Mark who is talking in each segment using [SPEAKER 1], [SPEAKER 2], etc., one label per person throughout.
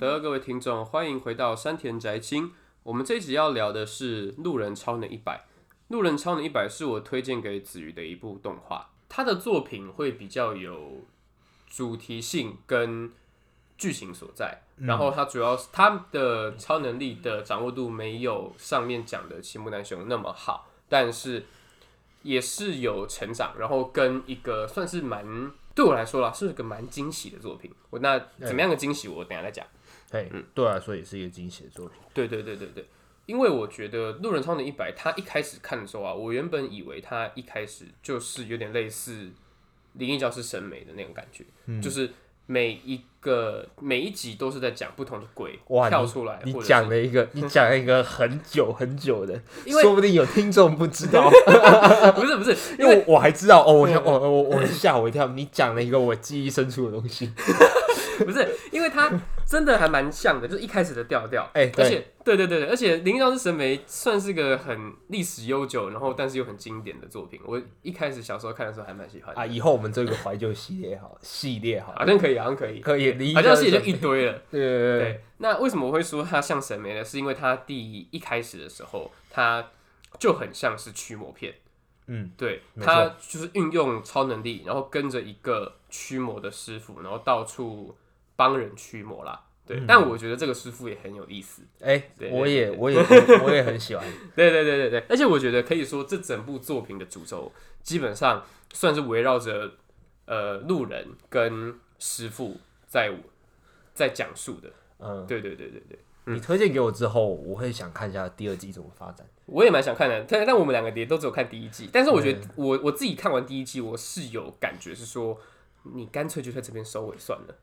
[SPEAKER 1] 的，各位听众，欢迎回到山田宅青。我们这一集要聊的是《路人超能一百》。《路人超能一百》是我推荐给子瑜的一部动画，他的作品会比较有主题性跟剧情所在。然后他主要是他的超能力的掌握度没有上面讲的齐木楠雄那么好，但是也是有成长，然后跟一个算是蛮对我来说啦，是个蛮惊喜的作品。我那怎么样的惊喜，我等一下再讲。
[SPEAKER 2] 嘿，对我来说也是一个惊喜的作品。
[SPEAKER 1] 对对对对对，因为我觉得《路人超能一百》，他一开始看的时候啊，我原本以为他一开始就是有点类似《灵异教师》审美的那种感觉，
[SPEAKER 2] 嗯
[SPEAKER 1] 就是每一个每一集都是在讲不同的鬼
[SPEAKER 2] 哇
[SPEAKER 1] 跳出来，
[SPEAKER 2] 你
[SPEAKER 1] 或者
[SPEAKER 2] 讲
[SPEAKER 1] 是
[SPEAKER 2] 了一个，你讲了一个很久很久的，
[SPEAKER 1] 因为
[SPEAKER 2] 说不定有听众不知道，
[SPEAKER 1] 不是不是，
[SPEAKER 2] 因
[SPEAKER 1] 因为
[SPEAKER 2] 为我我还知道哦，我
[SPEAKER 1] 对
[SPEAKER 2] 我我我我吓我一跳，你讲了一个我记忆深处的东西，
[SPEAKER 1] 不是因为他真的还蛮像的，就是一开始的调调。
[SPEAKER 2] 哎，
[SPEAKER 1] 而
[SPEAKER 2] 对，
[SPEAKER 1] 且，对对对对，而且《灵异教师》审美算是个很历史悠久，然后但是又很经典的作品。我一开始小时候看的时候还蛮喜欢的
[SPEAKER 2] 啊，以后我们做一个怀旧系列好，系列好，
[SPEAKER 1] 好像可以，好像可以，
[SPEAKER 2] 可以理解
[SPEAKER 1] 好像是也就一堆了。
[SPEAKER 2] 对对对，
[SPEAKER 1] 对，那为什么我会说它像神眉呢？是因为它第一开始的时候，它就很像是驱魔片。
[SPEAKER 2] 嗯，
[SPEAKER 1] 对，
[SPEAKER 2] 没错
[SPEAKER 1] 它就是运用超能力，然后跟着一个驱魔的师傅，然后到处帮人驱魔啦。对，
[SPEAKER 2] 嗯
[SPEAKER 1] 但我觉得这个师傅也很有意思。
[SPEAKER 2] 哎
[SPEAKER 1] 对对，
[SPEAKER 2] 我也
[SPEAKER 1] 对
[SPEAKER 2] 我也我也很喜欢，
[SPEAKER 1] 对对对对对，而且我觉得可以说这整部作品的主轴基本上算是围绕着呃路人跟师傅在在讲述的。
[SPEAKER 2] 嗯，
[SPEAKER 1] 对对对对对。
[SPEAKER 2] 你推荐给我之后，我会想看一下第二季怎么发展，
[SPEAKER 1] 我也蛮想看的，但但我们两个也都只有看第一季，但是我觉
[SPEAKER 2] 嗯
[SPEAKER 1] 得我我自己看完第一季，我是有感觉是说，你干脆就在这边收尾算了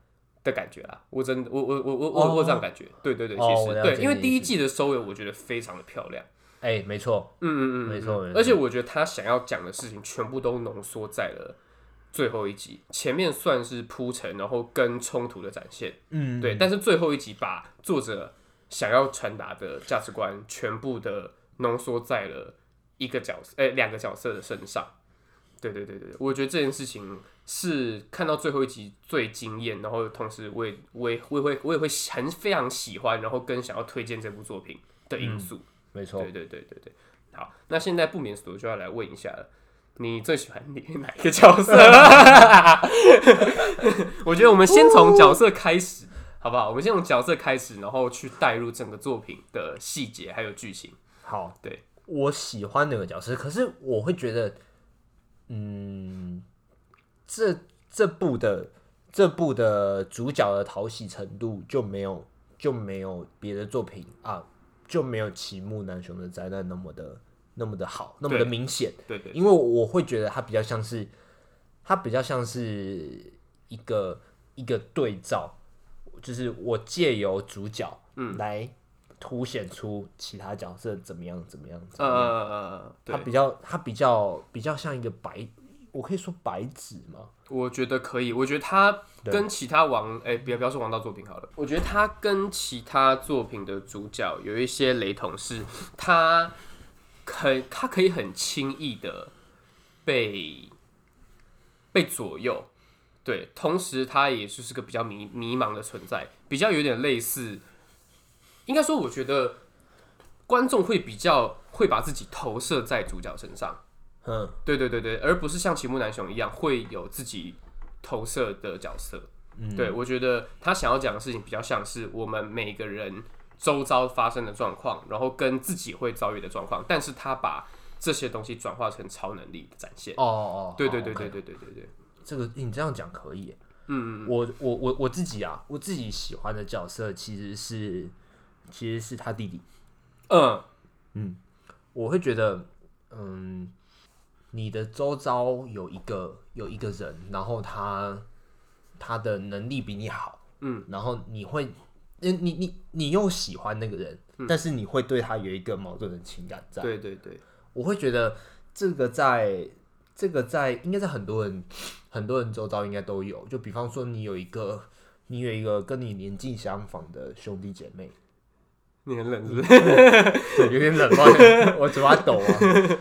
[SPEAKER 1] 的感觉啦。我真的，我我我我我
[SPEAKER 2] 哦
[SPEAKER 1] 我这样感觉，对对对，
[SPEAKER 2] 哦
[SPEAKER 1] 其实
[SPEAKER 2] 我了解
[SPEAKER 1] 对，因为
[SPEAKER 2] 你的
[SPEAKER 1] 第一
[SPEAKER 2] 意思
[SPEAKER 1] 季的收尾我觉得非常的漂亮，
[SPEAKER 2] 哎，没错，
[SPEAKER 1] 嗯嗯嗯，
[SPEAKER 2] 没错
[SPEAKER 1] 嗯
[SPEAKER 2] 没错
[SPEAKER 1] 而且我觉得他想要讲的事情全部都浓缩在了最后一集，前面算是铺陈，然后跟冲突的展现，
[SPEAKER 2] 嗯，
[SPEAKER 1] 对，但是最后一集把作者想要传达的价值观全部的浓缩在了一个角色，哎、两个角色的身上。对对对对，对我觉得这件事情是看到最后一集最惊艳，然后同时我也我也我也会我也会很非常喜欢，然后跟想要推荐这部作品的因素。
[SPEAKER 2] 没错
[SPEAKER 1] 对，对对对对，好，那现在不免俗就要来问一下了，你最喜欢你哪一个角色？ 我觉得我们先从角色开始，好不好？我们先从角色开始，然后去带入整个作品的细节还有剧情。
[SPEAKER 2] 好，
[SPEAKER 1] 对，
[SPEAKER 2] 我喜欢那个角色，可是我会觉得，嗯，这这部的这部的主角的讨喜程度就没有就没有别的作品啊，就没有齐木楠雄的灾难那么的那么的好，那么的
[SPEAKER 1] 对
[SPEAKER 2] 明显，
[SPEAKER 1] 对对
[SPEAKER 2] 因为我会觉得它比较像是，它比较像是一个一个对照，就是我借由主角嗯来凸显出其他角色怎么样怎么样怎
[SPEAKER 1] 呃
[SPEAKER 2] 么样，
[SPEAKER 1] 呃呃，呃
[SPEAKER 2] 它
[SPEAKER 1] 对，
[SPEAKER 2] 比较它比较比较像一个白，我可以说白纸吗？
[SPEAKER 1] 我觉得可以。我觉得他跟其他王，哎、不要不要说王道作品好了。我觉得他跟其他作品的主角有一些雷同，是他很他可以很轻易的被被左右，对，同时他也就是个比较迷迷茫的存在，比较有点类似，应该说，我觉得观众会比较会把自己投射在主角身上。
[SPEAKER 2] 嗯，
[SPEAKER 1] 对对对对，而不是像齐木楠雄一样会有自己投射的角色。对我觉得他想要讲的事情比较像是我们每个人周遭发生的状况，然后跟自己会遭遇的状况，但是他把这些东西转化成超能力的展现。
[SPEAKER 2] 哦哦，
[SPEAKER 1] 对对对
[SPEAKER 2] 好
[SPEAKER 1] 对对对对对，
[SPEAKER 2] 这个你这样讲可以耶。
[SPEAKER 1] 嗯
[SPEAKER 2] 我我我我自己啊，我自己喜欢的角色其实是其实是他弟弟。
[SPEAKER 1] 嗯
[SPEAKER 2] 我会觉得，嗯，你的周遭有一个有一个人，然后他他的能力比你好，
[SPEAKER 1] 嗯，
[SPEAKER 2] 然后你会，你你你你又喜欢那个人，但是你会对他有一个矛盾的情感在。
[SPEAKER 1] 嗯对对对，
[SPEAKER 2] 我会觉得这个在这个在应该在很多人很多人周遭应该都有，就比方说你有一个。你有一个跟你年纪相仿的兄弟姐妹，
[SPEAKER 1] 你很冷是不是？
[SPEAKER 2] 对， 有点冷吧， 我嘴巴抖啊。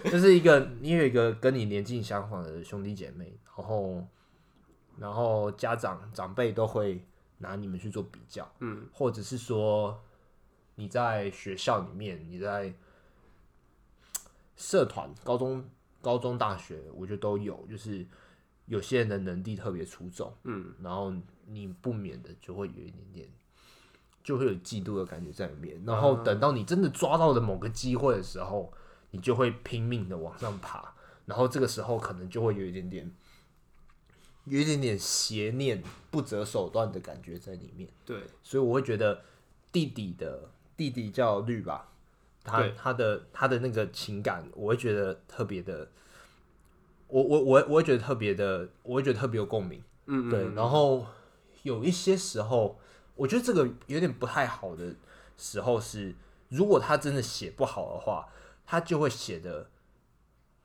[SPEAKER 2] 就是一个你有一个跟你年纪相仿的兄弟姐妹，然后然后家长长辈都会拿你们去做比较，
[SPEAKER 1] 嗯，
[SPEAKER 2] 或者是说你在学校里面，你在社团、高中、高中、大学，我觉得都有，就是有些人的能力特别出众，
[SPEAKER 1] 嗯，
[SPEAKER 2] 然后你不免的就会有一点点。就会有嫉妒的感觉在里面，然后等到你真的抓到了某个机会的时候，你就会拼命的往上爬，然后这个时候可能就会有一点点，有一点点邪念、不择手段的感觉在里面。
[SPEAKER 1] 对，
[SPEAKER 2] 所以我会觉得弟弟的弟弟叫绿吧，他
[SPEAKER 1] 对
[SPEAKER 2] 他的他的那个情感，我会觉得特别的，我我我我会觉得特别的，我会觉得特别有共鸣。
[SPEAKER 1] 嗯，嗯
[SPEAKER 2] 对，然后有一些时候，我觉得这个有点不太好的时候是，如果他真的写不好的话，他就会写的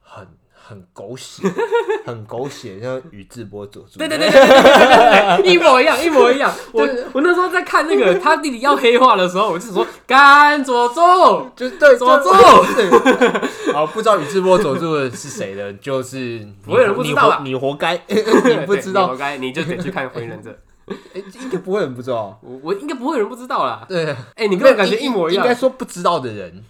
[SPEAKER 2] 很很狗血， 很狗血，像宇智波佐助。
[SPEAKER 1] 对对对对对对对，一模一样，一模一样。我我那时候在看那个他弟弟要黑化的时候，我就说干佐助，
[SPEAKER 2] 就是对
[SPEAKER 1] 佐助。
[SPEAKER 2] 对 好，不知道宇智波佐助的是谁的，就是你
[SPEAKER 1] 不会有人不知道啦
[SPEAKER 2] 你活你活该， 你不知
[SPEAKER 1] 对你
[SPEAKER 2] 道，
[SPEAKER 1] 活该，你就得去看《火影忍 者》
[SPEAKER 2] 诶应该不会有人不知道。
[SPEAKER 1] 我。我应该不会有人不知道啦。
[SPEAKER 2] 对，
[SPEAKER 1] 哎，你
[SPEAKER 2] 你
[SPEAKER 1] 跟我感觉一模一样
[SPEAKER 2] 应。该说不知道的人，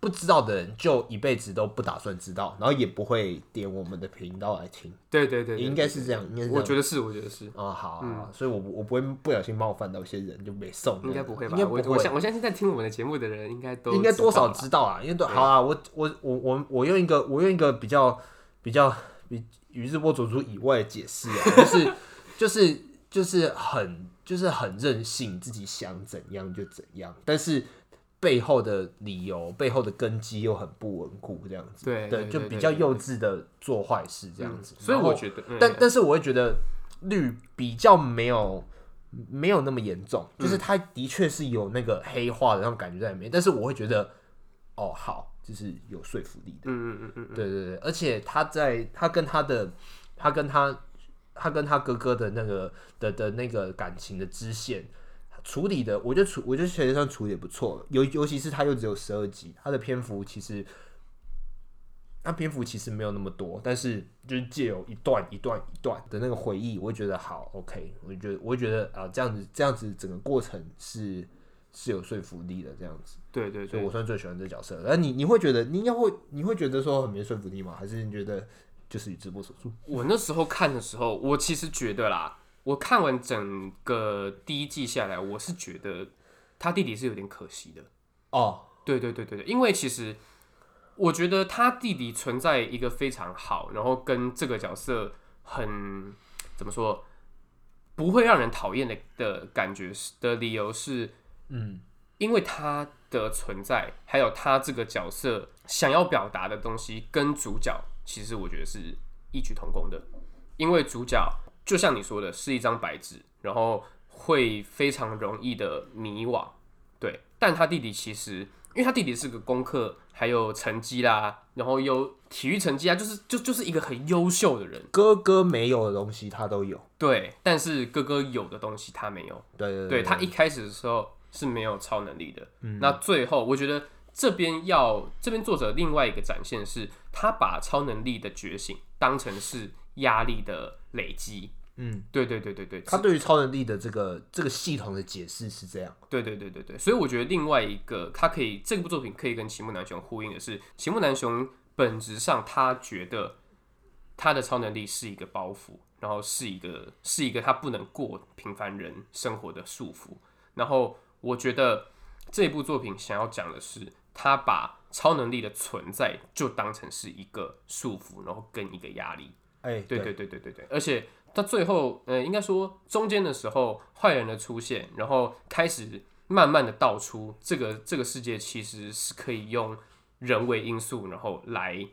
[SPEAKER 2] 不知道的人就一辈子都不打算知道，然后也不会点我们的频道来听，
[SPEAKER 1] 对对对，对
[SPEAKER 2] 应该是这样，应该是这
[SPEAKER 1] 我
[SPEAKER 2] 样。
[SPEAKER 1] 觉得是，我觉得是，
[SPEAKER 2] 啊、好啊，好啊所以我不我不会不小心冒犯到一些人，就没送。
[SPEAKER 1] 应该不会吧？
[SPEAKER 2] 应该不
[SPEAKER 1] 我
[SPEAKER 2] 会。
[SPEAKER 1] 我相我相信在听我们的节目的人应该都
[SPEAKER 2] 应该多少
[SPEAKER 1] 知
[SPEAKER 2] 知道啊，因为都好啊，我我我我我用一个我用一个比较比较比宇智波佐助以外的解释啊，就是 就是就是很就是很任性，自己想怎样就怎样，但是背后的理由、背后的根基又很不稳固，这样子，
[SPEAKER 1] 对
[SPEAKER 2] 对，
[SPEAKER 1] 对
[SPEAKER 2] 就
[SPEAKER 1] 对
[SPEAKER 2] 比
[SPEAKER 1] 对
[SPEAKER 2] 较
[SPEAKER 1] 对
[SPEAKER 2] 幼稚的做坏事这
[SPEAKER 1] 道
[SPEAKER 2] 样子，
[SPEAKER 1] 所以
[SPEAKER 2] 然后
[SPEAKER 1] 我觉得，嗯
[SPEAKER 2] 但但是我会觉得绿比较没有没有那么严重，就是它的确是有那个黑化的那种感觉在里面，但是我会觉得哦好，就是有说服力的，
[SPEAKER 1] 嗯嗯嗯嗯，
[SPEAKER 2] 对对对，而且他在他跟他的他跟他他跟他哥哥的那个的的那个感情的支线。处理的，我就处，我就觉得算处理的不错了。尤尤其是他又只有十二集，他的篇幅其实那篇幅其实没有那么多，但是就是借由一段一段一段的那个回忆，我会觉得好 OK，我就觉得我会觉得啊、这样子这样子整个过程是是有说服力的这样子，
[SPEAKER 1] 对对
[SPEAKER 2] 所以
[SPEAKER 1] 对，
[SPEAKER 2] 我算最喜欢这角色。那你你会觉得你应该会你会觉得说很没说服力吗？还是你觉得就是以直播所述？
[SPEAKER 1] 我那时候看的时候，我其实觉得啦，我看完整个第一季下来，我是觉得他弟弟是有点可惜的。
[SPEAKER 2] 哦，
[SPEAKER 1] 对对对对对，因为其实我觉得他弟弟存在一个非常好，然后跟这个角色很怎么说，不会让人讨厌的的感觉是的理由是
[SPEAKER 2] 嗯，
[SPEAKER 1] 因为他的存在，还有他这个角色想要表达的东西，跟主角其实我觉得是异曲同工的。因为主角就像你说的，是一张白纸，然后会非常容易的迷惘。对，但他弟弟其实，因为他弟弟是个功课还有成绩啦，然后有体育成绩啊，就是就就是一个很优秀的人。
[SPEAKER 2] 哥哥没有的东西他都有，
[SPEAKER 1] 对，但是哥哥有的东西他没有。
[SPEAKER 2] 对对嗯
[SPEAKER 1] 对
[SPEAKER 2] 对
[SPEAKER 1] 他一开始的时候是没有超能力的。那最后我觉得这边要这边作者另外一个展现是，他把超能力的觉醒当成是压力的累积。
[SPEAKER 2] 嗯，
[SPEAKER 1] 对对对对对，
[SPEAKER 2] 他对于超能力的这个这个系统的解释是这样，
[SPEAKER 1] 对对对对对，所以我觉得另外一个，他可以这部作品可以跟齐木楠雄呼应的是，齐木楠雄本质上他觉得他的超能力是一个包袱，然后是一个是一个他不能过平凡人生活的束缚。然后我觉得这部作品想要讲的是，他把超能力的存在就当成是一个束缚，然后跟一个压力。
[SPEAKER 2] 哎、
[SPEAKER 1] 对对对对对对，而且到最后，呃，应该说中间的时候，坏人的出现，然后开始慢慢的道出这个这个世界其实是可以用人为因素，然后来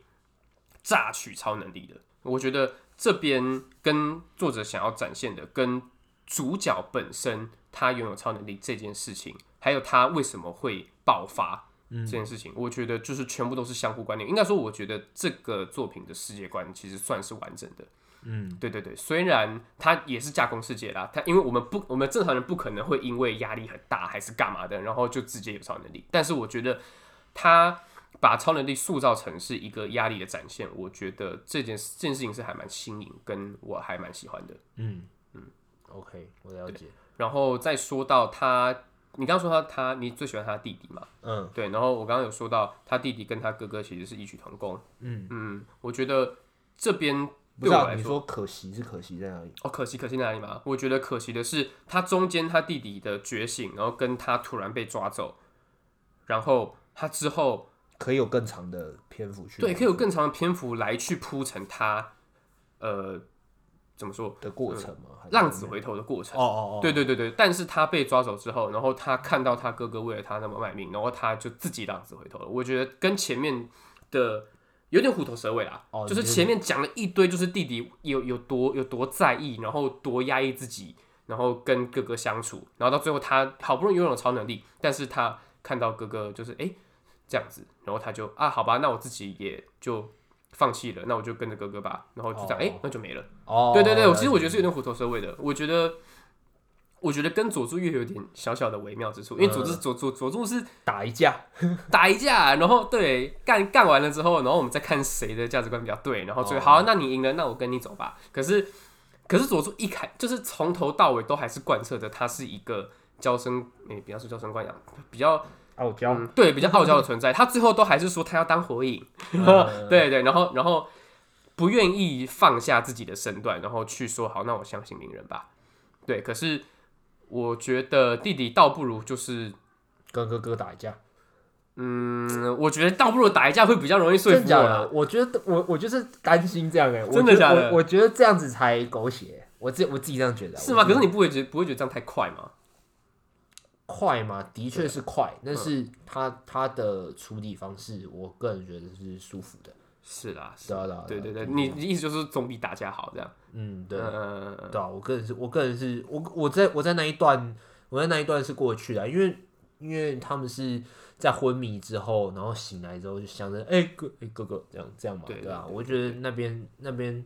[SPEAKER 1] 榨取超能力的。我觉得这边跟作者想要展现的，跟主角本身他拥有超能力这件事情，还有他为什么会爆发。这件事情，我觉得就是全部都是相互关联。应该说，我觉得这个作品的世界观其实算是完整的。嗯，对对对，虽然它也是架空世界啦，它因为我们不，我们正常人不可能会因为压力很大还是干嘛的，然后就直接有超能力。但是我觉得他把超能力塑造成是一个压力的展现，我觉得这件事这件事情是还蛮新颖，跟我还蛮喜欢的。
[SPEAKER 2] 嗯嗯，OK，我了解。
[SPEAKER 1] 然后再说到他，你刚刚说他他你最喜欢他弟弟嘛？
[SPEAKER 2] 嗯
[SPEAKER 1] 对，然后我刚刚有说到他弟弟跟他哥哥其实是异曲同工。
[SPEAKER 2] 嗯
[SPEAKER 1] 嗯，我觉得这边
[SPEAKER 2] 不
[SPEAKER 1] 对
[SPEAKER 2] 知
[SPEAKER 1] 我
[SPEAKER 2] 道
[SPEAKER 1] 来
[SPEAKER 2] 你
[SPEAKER 1] 说，
[SPEAKER 2] 说可惜是可惜在哪里？
[SPEAKER 1] 哦，可惜可惜在哪里嘛？我觉得可惜的是，他中间他弟弟的觉醒，然后跟他突然被抓走，然后他之后
[SPEAKER 2] 可以有更长的篇幅去
[SPEAKER 1] 对可以有更长的篇幅来去铺陈他，呃，怎么说
[SPEAKER 2] 的过程吗？还是
[SPEAKER 1] 浪子回头的过程。
[SPEAKER 2] 哦哦哦，
[SPEAKER 1] 对对对对，但是他被抓走之后，然后他看到他哥哥为了他那么卖命，然后他就自己浪子回头了。我觉得跟前面的有点虎头蛇尾啦，
[SPEAKER 2] 哦
[SPEAKER 1] 就是前面讲了一堆，就是弟弟有有多有多在意，然后多压抑自己，然后跟哥哥相处，然后到最后他好不容易拥有超能力，但是他看到哥哥就是诶这样子，然后他就啊好吧，那我自己也就放弃了，那我就跟着哥哥吧，然后就这样
[SPEAKER 2] 哦
[SPEAKER 1] 诶，那就没了。
[SPEAKER 2] 哦，
[SPEAKER 1] 对对对，
[SPEAKER 2] 了
[SPEAKER 1] 我
[SPEAKER 2] 解
[SPEAKER 1] 其实我觉得是有点虎头蛇尾的。我觉得，我觉得跟佐助又有点小小的微妙之处，因为佐助
[SPEAKER 2] 嗯
[SPEAKER 1] 佐佐佐助是
[SPEAKER 2] 打一架，
[SPEAKER 1] 打一架，然后对干干完了之后，然后我们再看谁的价值观比较对，然后最后、
[SPEAKER 2] 哦
[SPEAKER 1] 好，那你赢了，那我跟你走吧。可是可是佐助一开就是从头到尾都还是贯彻着他是一个娇生，诶、比较是娇生惯养，比较
[SPEAKER 2] 傲娇，
[SPEAKER 1] 嗯对比较傲娇的存在，他最后都还是说他要当火影。
[SPEAKER 2] 嗯
[SPEAKER 1] 对对，然后然后不愿意放下自己的身段，然后去说好，那我相信鸣人吧。对，可是我觉得弟弟倒不如就是，
[SPEAKER 2] 跟哥哥打一架，
[SPEAKER 1] 嗯，我觉得倒不如打一架会比较容易说
[SPEAKER 2] 真的
[SPEAKER 1] 服
[SPEAKER 2] 假
[SPEAKER 1] 我
[SPEAKER 2] 的
[SPEAKER 1] 啦。？
[SPEAKER 2] 我觉得我我就是担心这样哎，我
[SPEAKER 1] 真的
[SPEAKER 2] 觉得
[SPEAKER 1] 假的
[SPEAKER 2] 我我觉得这样子才狗血，我自我自己这样觉得，啊
[SPEAKER 1] 是
[SPEAKER 2] 我
[SPEAKER 1] 吗？
[SPEAKER 2] 自
[SPEAKER 1] 可
[SPEAKER 2] 己
[SPEAKER 1] 是你不会觉不会觉得这样太快吗？
[SPEAKER 2] 快吗？的确是快，但是他他的处理方式，我个人觉得是舒服的，
[SPEAKER 1] 是啦，是
[SPEAKER 2] 对
[SPEAKER 1] 啦
[SPEAKER 2] 啊对
[SPEAKER 1] 对
[SPEAKER 2] 啊
[SPEAKER 1] 对
[SPEAKER 2] 对啊
[SPEAKER 1] 对，你你意思就是总比打架好这样。
[SPEAKER 2] 嗯，对，
[SPEAKER 1] 嗯嗯
[SPEAKER 2] 对啊，我个人是，我个人是我我在我在那一段，我在那一段是过去的，因为因为他们是在昏迷之后，然后醒来之后就想着，哎、哥，哎、哥哥，这样这样嘛，
[SPEAKER 1] 对对
[SPEAKER 2] 啊，
[SPEAKER 1] 对嗯
[SPEAKER 2] 我觉得那边那边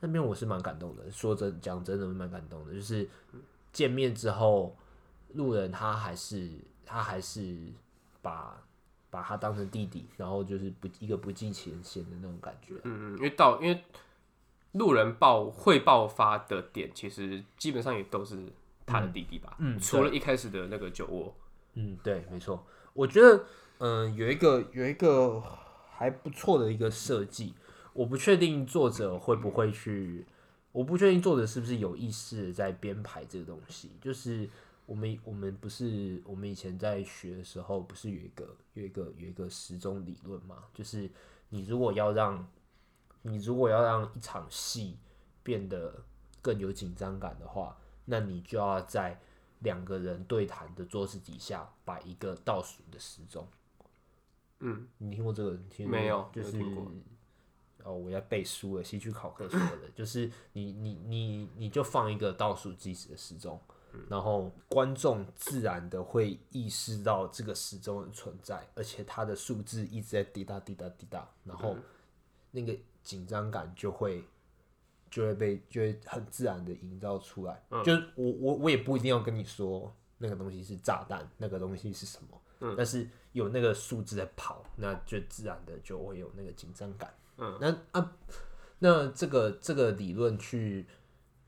[SPEAKER 2] 那边我是蛮感动的，说真讲真的蛮感动的，就是见面之后，路人他还是他还是把把他当成弟弟，然后就是不一个不计前嫌的那种感觉，
[SPEAKER 1] 嗯，因为到因为路人爆会爆发的点，其实基本上也都是他的弟弟吧。
[SPEAKER 2] 嗯嗯
[SPEAKER 1] 除了一开始的那个酒窝。
[SPEAKER 2] 嗯，对，没错。我觉得，嗯、有一个有一个还不错的一个设计，我不确定作者会不会去，我不确定作者是不是有意识地在编排这个东西。就是我们我们不是我们以前在学的时候，不是有一个有一个有一个时钟理论嘛？就是你如果要让你如果要让一场戏变得更有紧张感的话，那你就要在两个人对谈的桌子底下摆一个倒数的时钟。
[SPEAKER 1] 嗯，
[SPEAKER 2] 你听过这个？你听过
[SPEAKER 1] 没有
[SPEAKER 2] 就
[SPEAKER 1] 没有
[SPEAKER 2] 是
[SPEAKER 1] 听过
[SPEAKER 2] 哦，我要背书了，西区考课说的，就是你你你你就放一个倒数计时的时钟，然后观众自然的会意识到这个时钟的存在，而且它的数字一直在滴答滴答滴答，然后
[SPEAKER 1] 嗯
[SPEAKER 2] 那个紧张感就会就会被就会很自然的营造出来。就是我我我也不一定要跟你说那个东西是炸弹，那个东西是什么，但是有那个数字在跑，那就自然的就会有那个紧张感。嗯，那啊，那这个这个理论去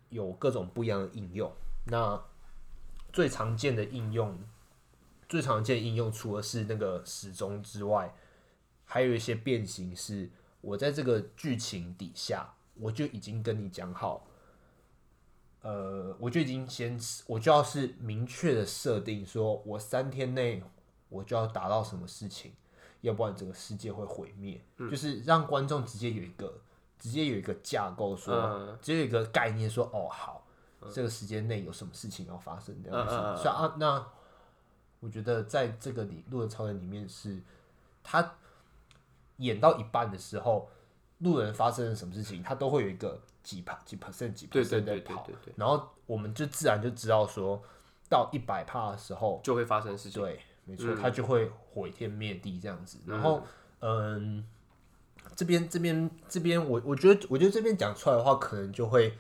[SPEAKER 2] 有各种不一样的应用。那最常见的应用，最常见的应用除了是那个时钟之外，还有一些变形是，我在这个剧情底下，我就已经跟你讲好，呃，我就已经先，我就要是明确的设定，说我三天内我就要达到什么事情，要不然整个世界会毁灭，就是让观众直接有一个，直接有一个架构说，
[SPEAKER 1] 嗯
[SPEAKER 2] 直接有一个概念说，哦，好。这个时间内有什么事情要发生这样子，
[SPEAKER 1] 嗯嗯嗯嗯
[SPEAKER 2] 所以啊，那我觉得在这个理路人超人里面是，他演到一半的时候，路人发生了什么事情，他都会有一个几 p 几 percent 几
[SPEAKER 1] 对对
[SPEAKER 2] percent 在
[SPEAKER 1] 对对
[SPEAKER 2] 跑
[SPEAKER 1] 对，对，
[SPEAKER 2] 然后我们就自然就知道说，到一百帕的时候，
[SPEAKER 1] 就会发生事情。嗯
[SPEAKER 2] 对，没错，他就会毁天灭地这样子。然后，嗯，这边这边这边，我我觉得我觉得这边讲出来的话，可能就会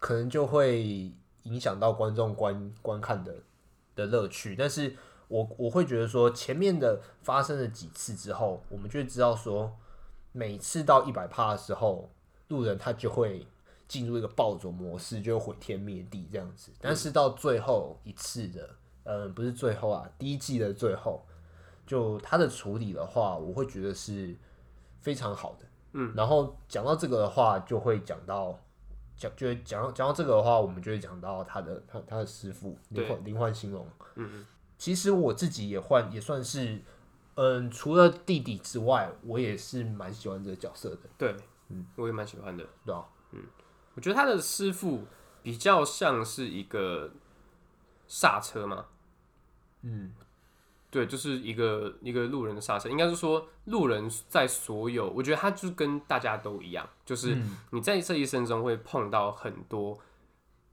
[SPEAKER 2] 可能就会影响到观众观观看的的乐趣。但是我我会觉得说，前面的发生了几次之后，我们就会知道说，每次到一百趴的时候，路人他就会进入一个暴走模式，就毁天灭地这样子。但是到最后一次的，嗯，不是最后啊，第一季的最后，就他的处理的话，我会觉得是非常好的。嗯，然后讲到这个的话，就会讲到讲，就会讲到讲到这个的话，我们就会讲到他的他他的师傅
[SPEAKER 1] 对
[SPEAKER 2] 灵幻灵幻兴隆。其实我自己也换也算是，嗯，除了弟弟之外，我也是蛮喜欢这个角色的，
[SPEAKER 1] 对，我也蛮喜欢的。
[SPEAKER 2] 对吧、
[SPEAKER 1] 我觉得他的师傅比较像是一个刹车嘛，嗯，对，就是一个一个路人的刹车，应该是说路人在所有，我觉得他就跟大家都一样，就是你在这一生中会碰到很多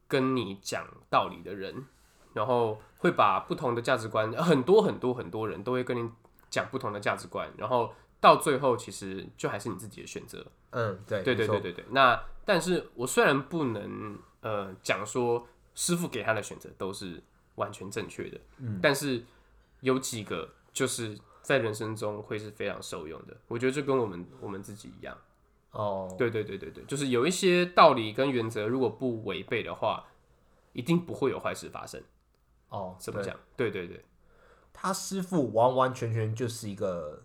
[SPEAKER 1] 跟你讲道理的人，然后会把不同的价值观，很多很多很多人都会跟你讲不同的价值观，然后到最后其实就还是你自己的选择。
[SPEAKER 2] 嗯，对，
[SPEAKER 1] 对对
[SPEAKER 2] 没
[SPEAKER 1] 对
[SPEAKER 2] 错，
[SPEAKER 1] 对对。那但是我虽然不能呃讲说师傅给他的选择都是完全正确的，嗯，但是有几个就是在人生中会是非常受用的。我觉得就跟我们我们自己一样，
[SPEAKER 2] 哦，
[SPEAKER 1] 对对对对对，就是有一些道理跟原则，如果不违背的话，一定不会有坏事发生。
[SPEAKER 2] 哦，
[SPEAKER 1] 怎么
[SPEAKER 2] 对？
[SPEAKER 1] 讲？对对对
[SPEAKER 2] 他师傅完完全全就是一个，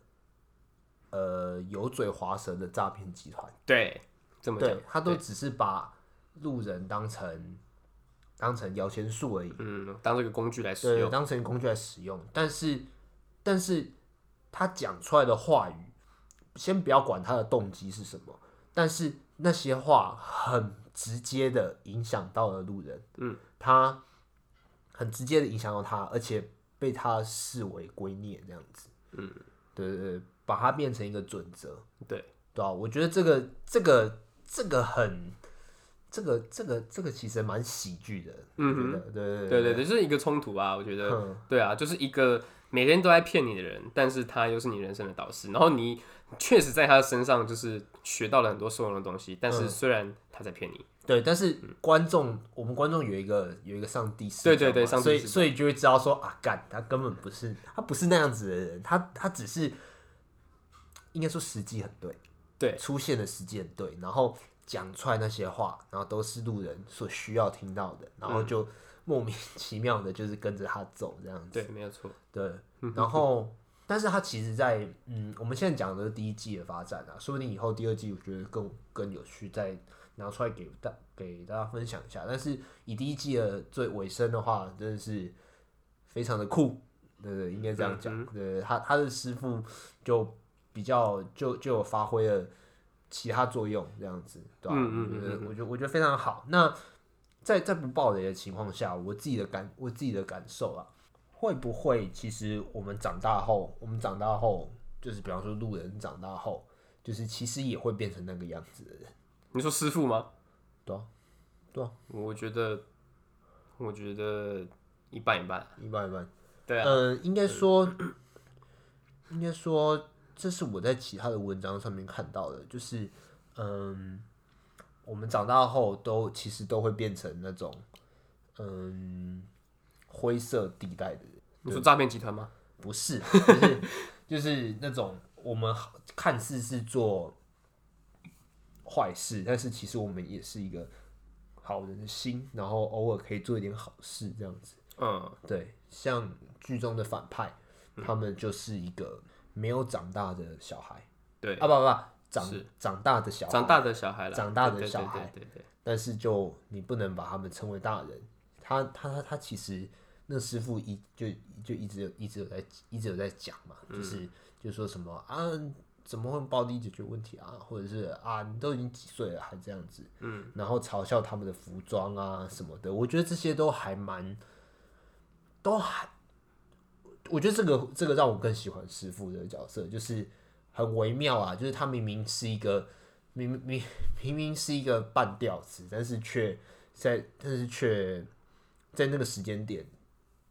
[SPEAKER 2] 呃，油嘴滑舌的诈骗集团，
[SPEAKER 1] 对，这么讲
[SPEAKER 2] 对，他都
[SPEAKER 1] 对
[SPEAKER 2] 只是把路人当成当成摇钱树而已，
[SPEAKER 1] 嗯，当这个工具来使
[SPEAKER 2] 对，
[SPEAKER 1] 用，
[SPEAKER 2] 当成工具来使用。但是，但是他讲出来的话语，先不要管他的动机是什么，但是那些话很直接的影响到了路人，
[SPEAKER 1] 嗯，
[SPEAKER 2] 他很直接的影响到他，而且被他视为圭臬这样子，
[SPEAKER 1] 嗯，
[SPEAKER 2] 对对对，把它变成一个准则，
[SPEAKER 1] 对
[SPEAKER 2] 对啊，我觉得这个这个这个很。这个这个这个其实蛮喜剧的，
[SPEAKER 1] 嗯
[SPEAKER 2] 我觉
[SPEAKER 1] 哼
[SPEAKER 2] 得，对对
[SPEAKER 1] 对对对，就是一个冲突啊，我觉得。
[SPEAKER 2] 嗯
[SPEAKER 1] 对啊，就是一个每天都在骗你的人，但是他又是你人生的导师，然后你确实在他身上就是学到了很多受用的东西，但
[SPEAKER 2] 嗯
[SPEAKER 1] 是虽然他在骗你，
[SPEAKER 2] 对，但是观众，我们观众有一个有一个上帝视角
[SPEAKER 1] 嗯对
[SPEAKER 2] 嘛，
[SPEAKER 1] 对对上帝
[SPEAKER 2] 所以
[SPEAKER 1] 视角
[SPEAKER 2] 所以就会知道说啊，干他根本不是他不是那样子的人，他他只是应该说时机很对，
[SPEAKER 1] 对
[SPEAKER 2] 出现的时机很对，然后讲出来那些话，然后都是路人所需要听到的，然
[SPEAKER 1] 嗯
[SPEAKER 2] 后就莫名其妙的就是跟着他走这样子，
[SPEAKER 1] 对，嗯没有错，
[SPEAKER 2] 对，然后，但是它其实在，嗯，我们现在讲的是第一季的发展啊，说不定以后第二季我觉得更更有趣，再拿出来给大给大家分享一下。但是以第一季的最尾声的话，真的是非常的酷，对对，应该这样
[SPEAKER 1] 嗯
[SPEAKER 2] 讲。对，他他的师傅就比较就就有发挥了其他作用，这样子，对吧、
[SPEAKER 1] 嗯嗯嗯嗯
[SPEAKER 2] 我觉得我觉得我觉得非常好。那在在不暴雷的情况下，我自己的感我自己的感受啊，会不会其实我们长大后，我们长大后，就是比方说路人长大后，就是其实也会变成那个样子的人，
[SPEAKER 1] 你说师傅吗？
[SPEAKER 2] 对啊，对啊，
[SPEAKER 1] 我觉得，我觉得一半一半，
[SPEAKER 2] 一般一般。
[SPEAKER 1] 对啊，
[SPEAKER 2] 嗯，应该说，应该说，这是我在其他的文章上面看到的，就是，嗯，我们长大后都其实都会变成那种，嗯，灰色地带的人。
[SPEAKER 1] 你说诈骗集团吗？
[SPEAKER 2] 不是，就是就是那种我们好看似是做坏事，但是其实我们也是一个好人的心，然后偶尔可以做一点好事这样子。
[SPEAKER 1] 嗯，
[SPEAKER 2] 对，像剧中的反派，他们就是一个没有长大的小孩
[SPEAKER 1] 对，
[SPEAKER 2] 啊，不不不，长
[SPEAKER 1] 是
[SPEAKER 2] 长大的小孩，
[SPEAKER 1] 长大的小孩了，
[SPEAKER 2] 长大的
[SPEAKER 1] 对对
[SPEAKER 2] 小孩
[SPEAKER 1] 对对对对，
[SPEAKER 2] 但是就你不能把他们称为大人。他他他他其实那师傅一就就一直有一直有在一直有在讲嘛，就是、就说什么啊，怎么会暴力解决问题啊，或者是啊，你都已经几岁了还这样子，嗯，然后嘲笑他们的服装啊什么的，我觉得这些都还蛮，都还，我觉得这个这个让我更喜欢师傅这个角色，就是很微妙啊，就是他明明是一个明明明明明是一个半吊子，但是却在但是却在那个时间点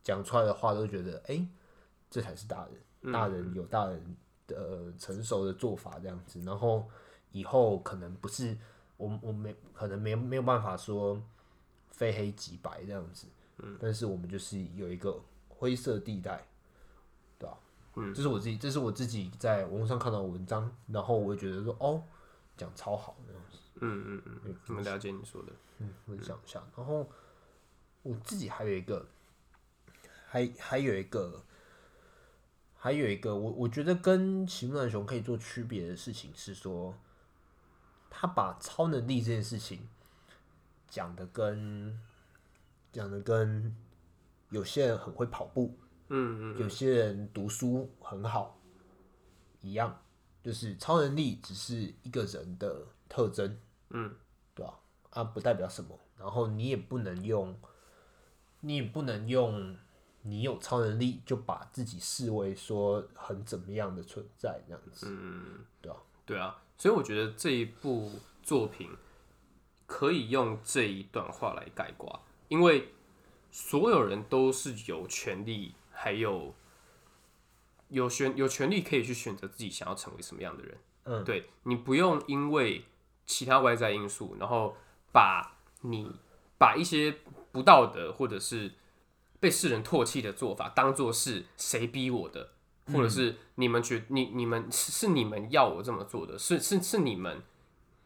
[SPEAKER 2] 讲出来的话，都觉得哎、诶这才是大人，大人有大人的、呃、成熟的做法这样子。然后以后可能不是我们我们没可能没没有办法说非黑即白这样子，但是我们就是有一个灰色地带，对吧、嗯，这是我自己，这是我自己在网络上看到的文章，然后我就觉得说，哦，讲超好的，
[SPEAKER 1] 嗯嗯嗯，我了解你说的。
[SPEAKER 2] 嗯，我想一下，然后我自己还有一个，还还有一个，还有一个，我我觉得跟奇木南雄可以做区别的事情是说，他把超能力这件事情讲的跟讲的跟有些人很会跑步，
[SPEAKER 1] 嗯嗯
[SPEAKER 2] 有些人读书很好，一样，就是超能力只是一个人的特征，
[SPEAKER 1] 嗯，
[SPEAKER 2] 对吧、啊？不代表什么，然后你也不能用，你也不能用，你有超能力就把自己视为说很怎么样的存在这样子，
[SPEAKER 1] 嗯对啊，所以我觉得这一部作品可以用这一段话来概括，啊因为所有人都是有权利，还有有选有权利可以去选择自己想要成为什么样的人。
[SPEAKER 2] 嗯，
[SPEAKER 1] 对你不用因为其他外在因素，然后把你把一些不道德或者是被世人唾弃的做法，当做是谁逼我的，或
[SPEAKER 2] 嗯
[SPEAKER 1] 者是你们觉你你们是是你们要我这么做的，是是是你们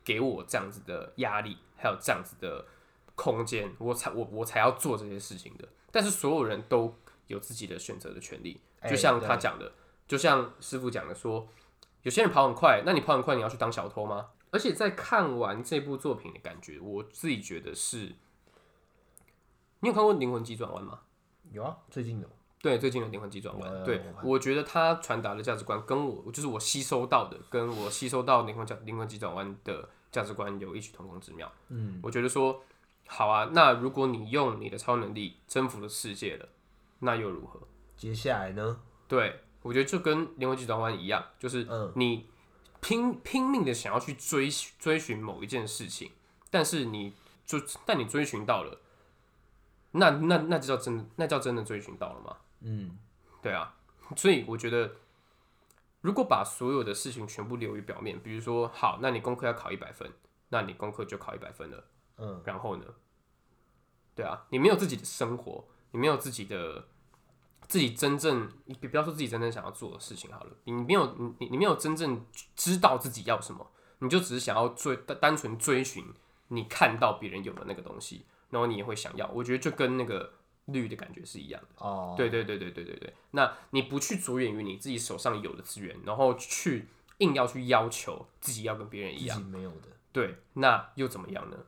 [SPEAKER 1] 给我这样子的压力，还有这样子的空间，我才我我才要做这些事情的。但是所有人都有自己的选择的权利，
[SPEAKER 2] 哎
[SPEAKER 1] 就像他
[SPEAKER 2] 对
[SPEAKER 1] 讲的，就像师傅讲的说，有些人跑很快，那你跑很快，你要去当小偷吗？而且在看完这部作品的感觉，我自己觉得是，你有看过《灵魂急转弯》吗？
[SPEAKER 2] 有啊，最近有，
[SPEAKER 1] 对，最近的《灵魂急转弯
[SPEAKER 2] 有有》，有
[SPEAKER 1] 对
[SPEAKER 2] 我看
[SPEAKER 1] 我觉得它传达的价值观跟我就是我吸收到的，跟我吸收到《灵魂灵魂急转弯》的价值观有异曲同工之妙。嗯，我觉得说，好啊，那如果你用你的超能力征服了世界了，那又如何？
[SPEAKER 2] 接下来呢，
[SPEAKER 1] 对，我觉得就跟《灵魂急转弯》一样，就是
[SPEAKER 2] 嗯
[SPEAKER 1] 你拼拼命的想要去追寻追寻某一件事情，但是你就但你追寻到了，那那那就叫真的，那叫真的追寻到了吗？
[SPEAKER 2] 嗯，
[SPEAKER 1] 对啊，所以我觉得，如果把所有的事情全部流于表面，比如说，好，那你功课要考一百分，那你功课就考一百分了，
[SPEAKER 2] 嗯，
[SPEAKER 1] 然后呢？对啊，你没有自己的生活，你没有自己的自己真正，你不要说自己真正想要做的事情好了，你没有你你你没有真正知道自己要什么，你就只是想要追单单纯追寻你看到别人有的那个东西，然后你也会想要，我觉得就跟那个绿的感觉是一样的。
[SPEAKER 2] 哦，
[SPEAKER 1] 对对对对对对对。那你不去着眼于你自己手上有的资源，然后去硬要去要求自己要跟别人一
[SPEAKER 2] 自
[SPEAKER 1] 样，
[SPEAKER 2] 己没有的，
[SPEAKER 1] 对，那又怎么样呢？嗯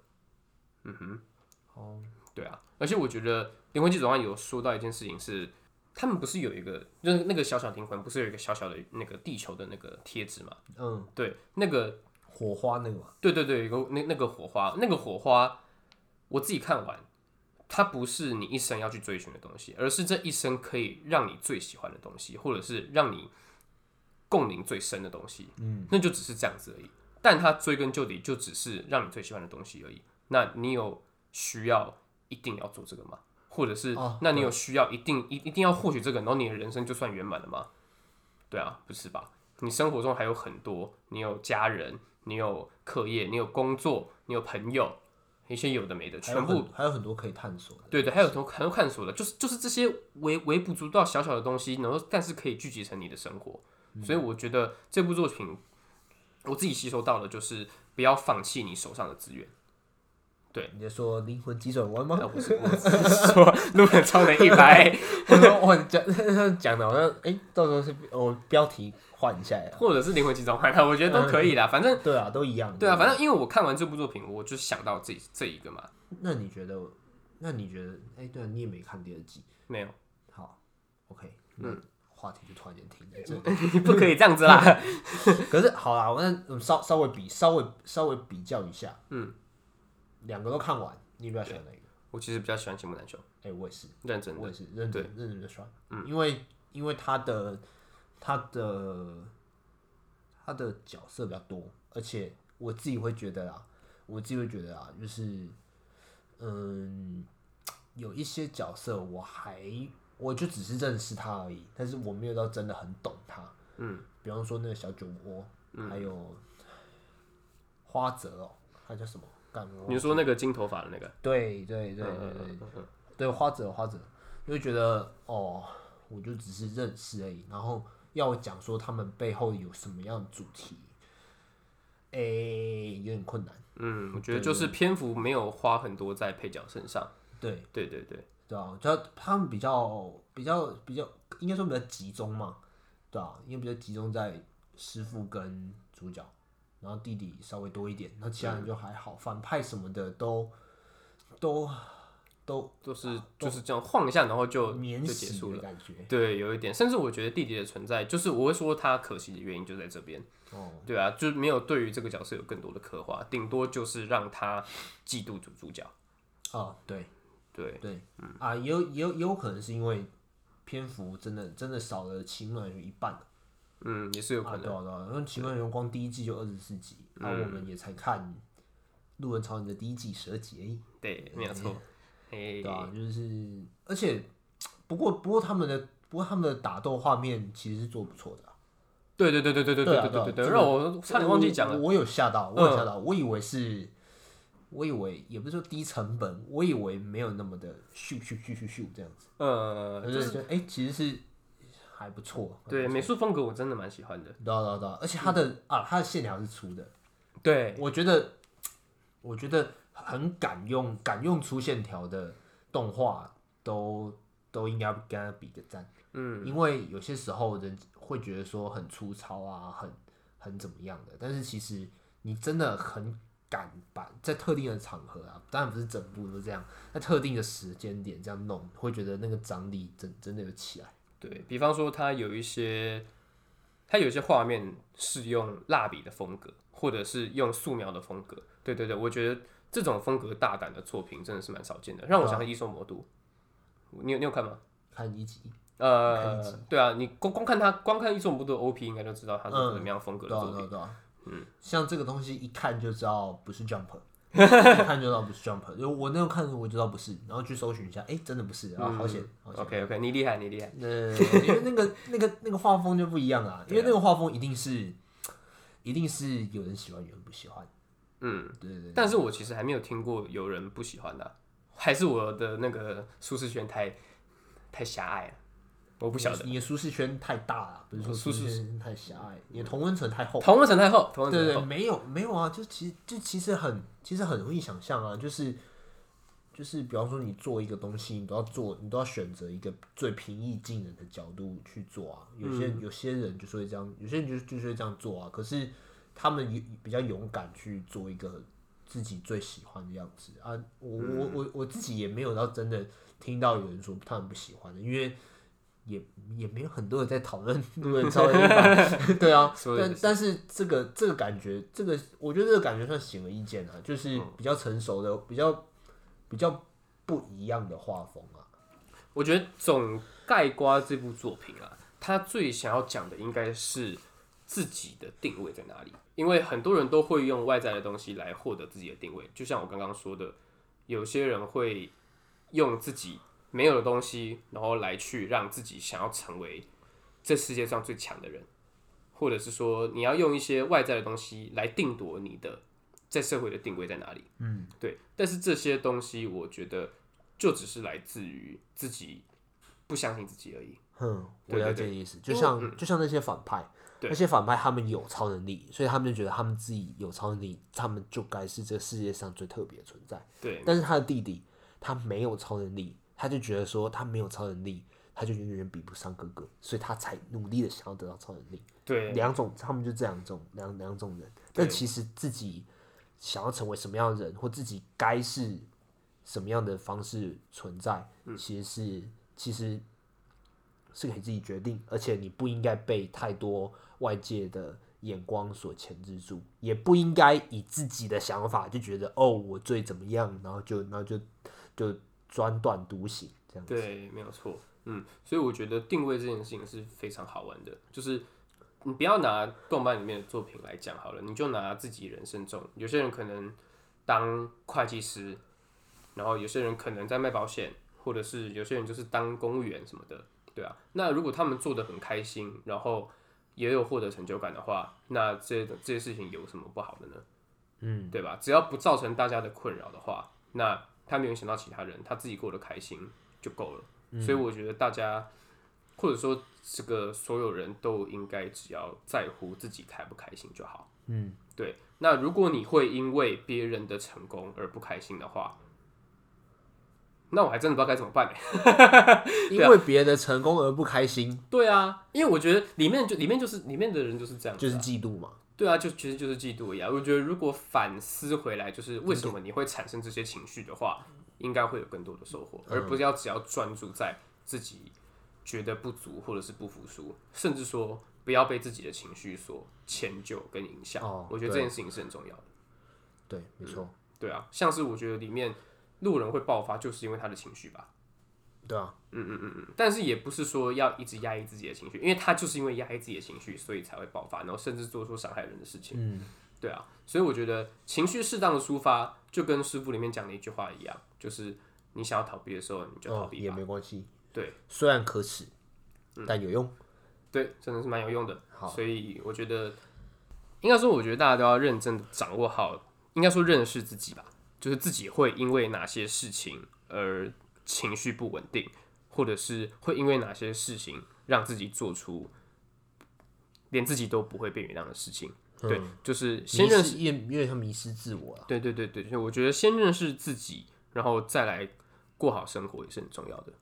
[SPEAKER 2] 哦，
[SPEAKER 1] 对啊，而且我觉得《灵魂急转弯》有说到一件事情是，他们不是有一个，就是那个小小灵魂，不是有一个小小的那个地球的那个贴纸嘛？
[SPEAKER 2] 嗯，
[SPEAKER 1] 对，那个，
[SPEAKER 2] 火花那个嘛，
[SPEAKER 1] 对对对，有个那那个火花，那个火花，我自己看完，它不是你一生要去追寻的东西，而是这一生可以让你最喜欢的东西，或者是让你共鸣最深的东西。
[SPEAKER 2] 嗯，
[SPEAKER 1] 那就只是这样子而已。但它追根究底，就只是让你最喜欢的东西而已。那你有需要一定要做这个吗？或者是，
[SPEAKER 2] 哦
[SPEAKER 1] 那你有需要一定一一定要获取这个，然后你的人生就算圆满了吗？对啊，不是吧？你生活中还有很多，你有家人，你有课业，你有工作，你有朋友，一些有的没的，
[SPEAKER 2] 还有
[SPEAKER 1] 全部
[SPEAKER 2] 很还有很多可以探索的，
[SPEAKER 1] 对对，还有从很多探索的，就是就是这些微微不足道小小的东西，然后但是可以聚集成你的生活。所以我觉得这部作品，我自己吸收到的就是不要放弃你手上的资源。
[SPEAKER 2] 你在说灵魂急转弯吗？
[SPEAKER 1] 那不是我只是说 路人超能一百，
[SPEAKER 2] 我说 我讲 讲的好像，哎、到时候是我标题换一 下呀。
[SPEAKER 1] 或者是灵魂急转弯啦，我觉得都可以啦。反正
[SPEAKER 2] 对啊，都一样。
[SPEAKER 1] 对啊，反正因为我看完这部作品，我就想到这这一个嘛，
[SPEAKER 2] 那你觉得？那你觉得？哎、对啊，你也没看第二季。
[SPEAKER 1] 没有，
[SPEAKER 2] 好，OK，嗯，话题就突然间停在这里。
[SPEAKER 1] 你不可以这样子啦。
[SPEAKER 2] 可是好啦，我那我们稍稍微比稍微稍微比较一下，
[SPEAKER 1] 嗯，
[SPEAKER 2] 两个都看完，你比较喜欢哪一个？
[SPEAKER 1] 我其实比较喜欢吉木南雄，
[SPEAKER 2] 哎、我也是，
[SPEAKER 1] 认真
[SPEAKER 2] 我
[SPEAKER 1] 的，
[SPEAKER 2] 也是认
[SPEAKER 1] 对
[SPEAKER 2] 真认真的刷，嗯，因为因为他的他的他的角色比较多，而且我自己会觉得啊，我自己会觉得啊，就是嗯，有一些角色我还我就只是认识他而已，但是我没有到真的很懂他，嗯，比方说那个小酒窝，
[SPEAKER 1] 嗯
[SPEAKER 2] 还有花泽哦，他叫什么？干我
[SPEAKER 1] 你说那个金头发的那个，
[SPEAKER 2] 对对对对
[SPEAKER 1] 嗯
[SPEAKER 2] 对对，对花泽花泽，就会觉得哦，我就只是认识而已，然后要我讲说他们背后有什么样的主题，诶、有点困难。
[SPEAKER 1] 嗯，我觉得就是篇幅没有花很多在配角身上。
[SPEAKER 2] 对
[SPEAKER 1] 对对对，
[SPEAKER 2] 对啊，就他们比较比较比较，应该说比较集中嘛，对啊，因为比较集中在师傅跟主角，然后弟弟稍微多一点，那其他
[SPEAKER 1] 嗯
[SPEAKER 2] 人就还好，反派什么的都都都
[SPEAKER 1] 都是就是这样晃一下，然后就
[SPEAKER 2] 啊哦免
[SPEAKER 1] 就结
[SPEAKER 2] 洗
[SPEAKER 1] 束
[SPEAKER 2] 的
[SPEAKER 1] 了。
[SPEAKER 2] 感觉。
[SPEAKER 1] 对，有一点，甚至我觉得弟弟的存在，就是我会说他可惜的原因就在这边。
[SPEAKER 2] 哦，
[SPEAKER 1] 对啊，就是没有对于这个角色有更多的刻画，顶多就是让他嫉妒主主角。
[SPEAKER 2] 哦，对
[SPEAKER 1] 对，
[SPEAKER 2] 对，
[SPEAKER 1] 嗯
[SPEAKER 2] 啊，也有也有也有可能是因为篇幅真的真的少了奇妙有一半。
[SPEAKER 1] 嗯，也是有可
[SPEAKER 2] 啊，
[SPEAKER 1] 能。
[SPEAKER 2] 对啊，对啊，因为《奇妙荣光》第一季就二十四集，然后我
[SPEAKER 1] 嗯
[SPEAKER 2] 们也才看《路人超人》的第一季十二集而已，
[SPEAKER 1] 对，没有错。嘿
[SPEAKER 2] 嗯对，啊，就是，而且不过不过他们的不过他们的打斗画面其实是做得不错的啊，
[SPEAKER 1] 对对对对对对
[SPEAKER 2] 对啊
[SPEAKER 1] 对对对
[SPEAKER 2] 对啊
[SPEAKER 1] 对，
[SPEAKER 2] 这个
[SPEAKER 1] 让我差点忘记讲
[SPEAKER 2] 我
[SPEAKER 1] 了。嗯
[SPEAKER 2] 我有吓到，我有吓到，我以为是。我以为也不是说低成本，我以为没有那么的咻咻咻咻咻这样子，
[SPEAKER 1] 呃，
[SPEAKER 2] 就
[SPEAKER 1] 就是
[SPEAKER 2] 是哎、诶其实是还不错，
[SPEAKER 1] 对美术风格我真的蛮喜欢的。
[SPEAKER 2] 对啊，对啊对啊，而且它的、啊，它的线条是粗的，
[SPEAKER 1] 对，
[SPEAKER 2] 我觉得，我觉得很敢用敢用粗线条的动画都都应该跟他比个赞，嗯，因为有些时候人会觉得说很粗糙啊，很很怎么样的，但是其实你真的很敢把在特定的场合啊，当然不是整部都这样，在特定的时间点这样弄，会觉得那个张力真真的有起来，
[SPEAKER 1] 对比方说，它有一些，它有一些画面是用蜡笔的风格，或者是用素描的风格。对对对，我觉得这种风格大胆的作品真的是蛮少见的，让我
[SPEAKER 2] 啊
[SPEAKER 1] 想到《异兽魔都》你有你有看吗？
[SPEAKER 2] 看一集，看
[SPEAKER 1] 呃
[SPEAKER 2] 一集，
[SPEAKER 1] 对啊，你光光看它，光看《异兽魔都》的 OP，应该就知道它是
[SPEAKER 2] 嗯
[SPEAKER 1] 怎么样风格
[SPEAKER 2] 对
[SPEAKER 1] 的
[SPEAKER 2] 啊
[SPEAKER 1] 作
[SPEAKER 2] 对啊
[SPEAKER 1] 品。
[SPEAKER 2] 对啊，嗯，像这个东西一看就知道不是 Jump，一看就知道不是 Jump，就我那时候看我就知道不是，然后去搜寻一下，哎、真的不是，
[SPEAKER 1] 嗯
[SPEAKER 2] 啊，好险，好险。
[SPEAKER 1] OK OK，你厉害，你 厉害。
[SPEAKER 2] 呃，因为那个那个那个画风就不一样啊，因为那个画风一定是一定是有人喜欢，有人不喜欢，
[SPEAKER 1] 嗯，
[SPEAKER 2] 对对对，
[SPEAKER 1] 但是我其实还没有听过有人不喜欢的啊、还是我的那个舒适圈太太狭隘了，我不晓得。哦
[SPEAKER 2] 你的舒适圈太大了，不是说舒
[SPEAKER 1] 舒
[SPEAKER 2] 适圈太狭隘，你的同温层太厚。
[SPEAKER 1] 同温层太厚，同温层
[SPEAKER 2] 对
[SPEAKER 1] 太厚
[SPEAKER 2] 对，。没有没有啊，就其实就其实很其实很容易想象啊，就是就是比方说你做一个东西，你都要做，你都要选择一个最平易近人的角度去做啊。有些、有些人就是会这样，有些人就就是会这样做啊。可是他们也比较勇敢去做一个自己最喜欢的样子啊。我我我我自己也没有到真的听到有人说他们不喜欢的，因为。也也没有很多人在讨论 路人超人一百， 对啊，
[SPEAKER 1] 说得也
[SPEAKER 2] 但但是这个这个感觉，这个我觉得这个感觉算显而易见啊，就是比较成熟的，比较比较不一样的画风啊，
[SPEAKER 1] 我觉得总盖瓜这部作品啊，他最想要讲的应该是自己的定位在哪里，因为很多人都会用外在的东西来获得自己的定位，就像我刚刚说的，有些人会用自己没有的东西，然后来去让自己想要成为这世界上最强的人，或者是说你要用一些外在的东西来定夺你的在社会的定位在哪里。嗯，对。但是这些东西，我觉得就只是来自于自己不相信自己而已。
[SPEAKER 2] 哼，我
[SPEAKER 1] 对对
[SPEAKER 2] 了解意思，就像就像那些反派，
[SPEAKER 1] 对
[SPEAKER 2] 那些反派他们有超能力，所以他们就觉得他们自己有超能力，他们就该是这世界上最特别的存在。
[SPEAKER 1] 对，
[SPEAKER 2] 但是他的弟弟他没有超能力，他就觉得说他没有超能力，他就永远比不上哥哥，所以他才努力的想要得到超能力。
[SPEAKER 1] 对，
[SPEAKER 2] 两种，他们就这两种两两种人，但其实自己想要成为什么样的人，或自己该是什么样的方式存在，其实是其实是可以自己决定，而且你不应该被太多外界的眼光所牵制住，也不应该以自己的想法就觉得哦我最怎么样，然后就然后就就专断独行这样。
[SPEAKER 1] 对，啊没有错。嗯，所以我觉得定位这件事情是非常好玩的，就是你不要拿动漫里面的作品来讲好了，你就拿自己人生中，有些人可能当会计师，然后有些人可能在卖保险，或者是有些人就是当公务员什么的，对啊。那如果他们做的很开心，然后也有获得成就感的话，那这这些事情有什么不好的呢？嗯，对吧？只要不造成大家的困扰的话，那他没有影响到其他人，他自己过得开心就够了。所以我觉得大家或者说这个所有人都应该只要在乎自己开不开心就好。
[SPEAKER 2] 嗯，
[SPEAKER 1] 对。那如果你会因为别人的成功而不开心的话，那我还真的不知道该怎么办欸
[SPEAKER 2] 因为别人的成功而不开心，
[SPEAKER 1] 对啊，因为我觉得里面就里面就是里面的人就是这样子
[SPEAKER 2] 就
[SPEAKER 1] 啊、
[SPEAKER 2] 是嫉妒嘛。
[SPEAKER 1] 对啊，就其实就是嫉妒一样。我觉得如果反思回来，就是为什么你会产生这些情绪的话，应该会有更多的收获，而不是要只要专注在自己觉得不足或者是不服输，甚至说不要被自己的情绪所迁就跟影响。
[SPEAKER 2] 哦
[SPEAKER 1] 我觉得这件事情是很重要的。
[SPEAKER 2] 对，没错，
[SPEAKER 1] 对啊，像是我觉得里面路人会爆发，就是因为他的情绪吧。
[SPEAKER 2] 对啊，
[SPEAKER 1] 但是也不是说要一直压抑自己的情绪，因为他就是因为压抑自己的情绪，所以才会爆发，然后甚至做出伤害人的事情。
[SPEAKER 2] 嗯，
[SPEAKER 1] 对啊，所以我觉得情绪适当的抒发，就跟师傅里面讲的一句话一样，就是你想要逃避的时候，你就逃
[SPEAKER 2] 哦，
[SPEAKER 1] 避
[SPEAKER 2] 也
[SPEAKER 1] 吧。
[SPEAKER 2] 没关系。
[SPEAKER 1] 对，嗯
[SPEAKER 2] 虽然可耻，但有用。
[SPEAKER 1] 对，真的是蛮有用的。
[SPEAKER 2] 好
[SPEAKER 1] 所以我觉得，应该说，我觉得大家都要认真的掌握好，应该说认识自己吧，就是自己会因为哪些事情而情绪不稳定，或者是会因为哪些事情让自己做出连自己都不会被原谅的事情。对，就是先
[SPEAKER 2] 嗯迷
[SPEAKER 1] 认识。
[SPEAKER 2] 失，也有点像迷失自我了。
[SPEAKER 1] 对对对对，所以我觉得先认识自己，然后再来过好生活也是很重要的。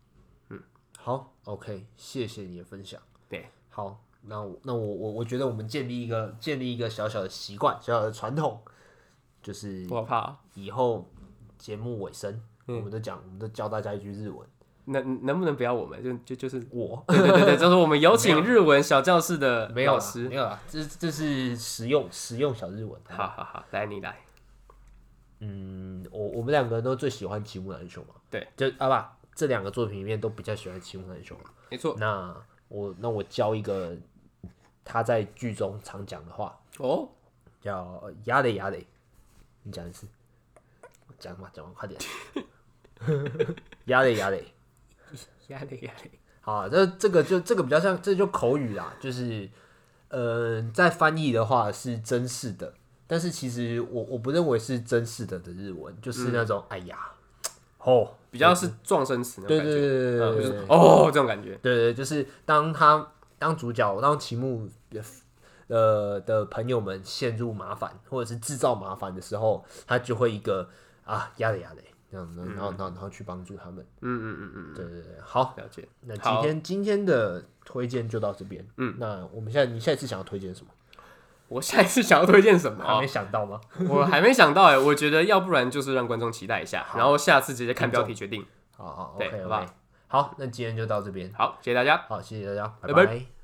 [SPEAKER 2] 好，OK，谢谢你的分享。
[SPEAKER 1] 对，
[SPEAKER 2] 好，那我那我我我觉得我们建立一个建立一个小小的习惯，小小的传统，就是
[SPEAKER 1] 我好怕啊、
[SPEAKER 2] 以后节目尾声，
[SPEAKER 1] 嗯
[SPEAKER 2] 我们都讲，我们都教大家一句日文。
[SPEAKER 1] 能能不能不要我们？就就就是，
[SPEAKER 2] 我
[SPEAKER 1] 对对对对，就是我们有请日文小教室的
[SPEAKER 2] 没有啊
[SPEAKER 1] 老
[SPEAKER 2] 啦
[SPEAKER 1] 师
[SPEAKER 2] 没。有啦，这这是实用实用小日文。
[SPEAKER 1] 好好好，来你来，
[SPEAKER 2] 嗯，我我们两个人都最喜欢齐木楠雄嘛。
[SPEAKER 1] 对，
[SPEAKER 2] 就啊不，这两个作品里面都比较喜欢齐木楠雄嘛。
[SPEAKER 1] 没错
[SPEAKER 2] 那我那我教一个他在剧中常讲的话，
[SPEAKER 1] 哦，
[SPEAKER 2] 叫雅雷雅雷，你讲一次，讲嘛讲嘛，快点，雅雷雅雷。
[SPEAKER 1] 压力压力，
[SPEAKER 2] 好，这这个就这个比较像，这就口语啦，就是呃，在翻译的话是真是的，但是其实我我不认为是真是的的日文，就是那种、哎呀，哦，
[SPEAKER 1] 比较是撞生词那种
[SPEAKER 2] 对
[SPEAKER 1] 感
[SPEAKER 2] 对
[SPEAKER 1] 觉，
[SPEAKER 2] 对对
[SPEAKER 1] 嗯，
[SPEAKER 2] 对
[SPEAKER 1] 就
[SPEAKER 2] 对
[SPEAKER 1] 是哦这种感觉，
[SPEAKER 2] 对对，就是当他当主角当齐木呃的朋友们陷入麻烦或者是制造麻烦的时候，他就会一个啊压力压力。这样，然后，然后，然后去帮助他们。
[SPEAKER 1] 嗯嗯嗯嗯，
[SPEAKER 2] 对对对，好，
[SPEAKER 1] 了解。
[SPEAKER 2] 那今
[SPEAKER 1] 好
[SPEAKER 2] 天今天的推荐就到这边。嗯，那我们现在你下一次想要推荐什么？
[SPEAKER 1] 我下一次想要推荐什么
[SPEAKER 2] 还
[SPEAKER 1] 啊？
[SPEAKER 2] 没想到吗？
[SPEAKER 1] 我还没想到哎，我觉得要不然就是让观众期待一下，然后下次直接看标题决定。
[SPEAKER 2] 好好
[SPEAKER 1] 对
[SPEAKER 2] ，OK
[SPEAKER 1] 好不好
[SPEAKER 2] OK，好，那今天就到这边。
[SPEAKER 1] 好，谢谢大家。
[SPEAKER 2] 好，谢谢大家，
[SPEAKER 1] 拜
[SPEAKER 2] 拜
[SPEAKER 1] 拜
[SPEAKER 2] 拜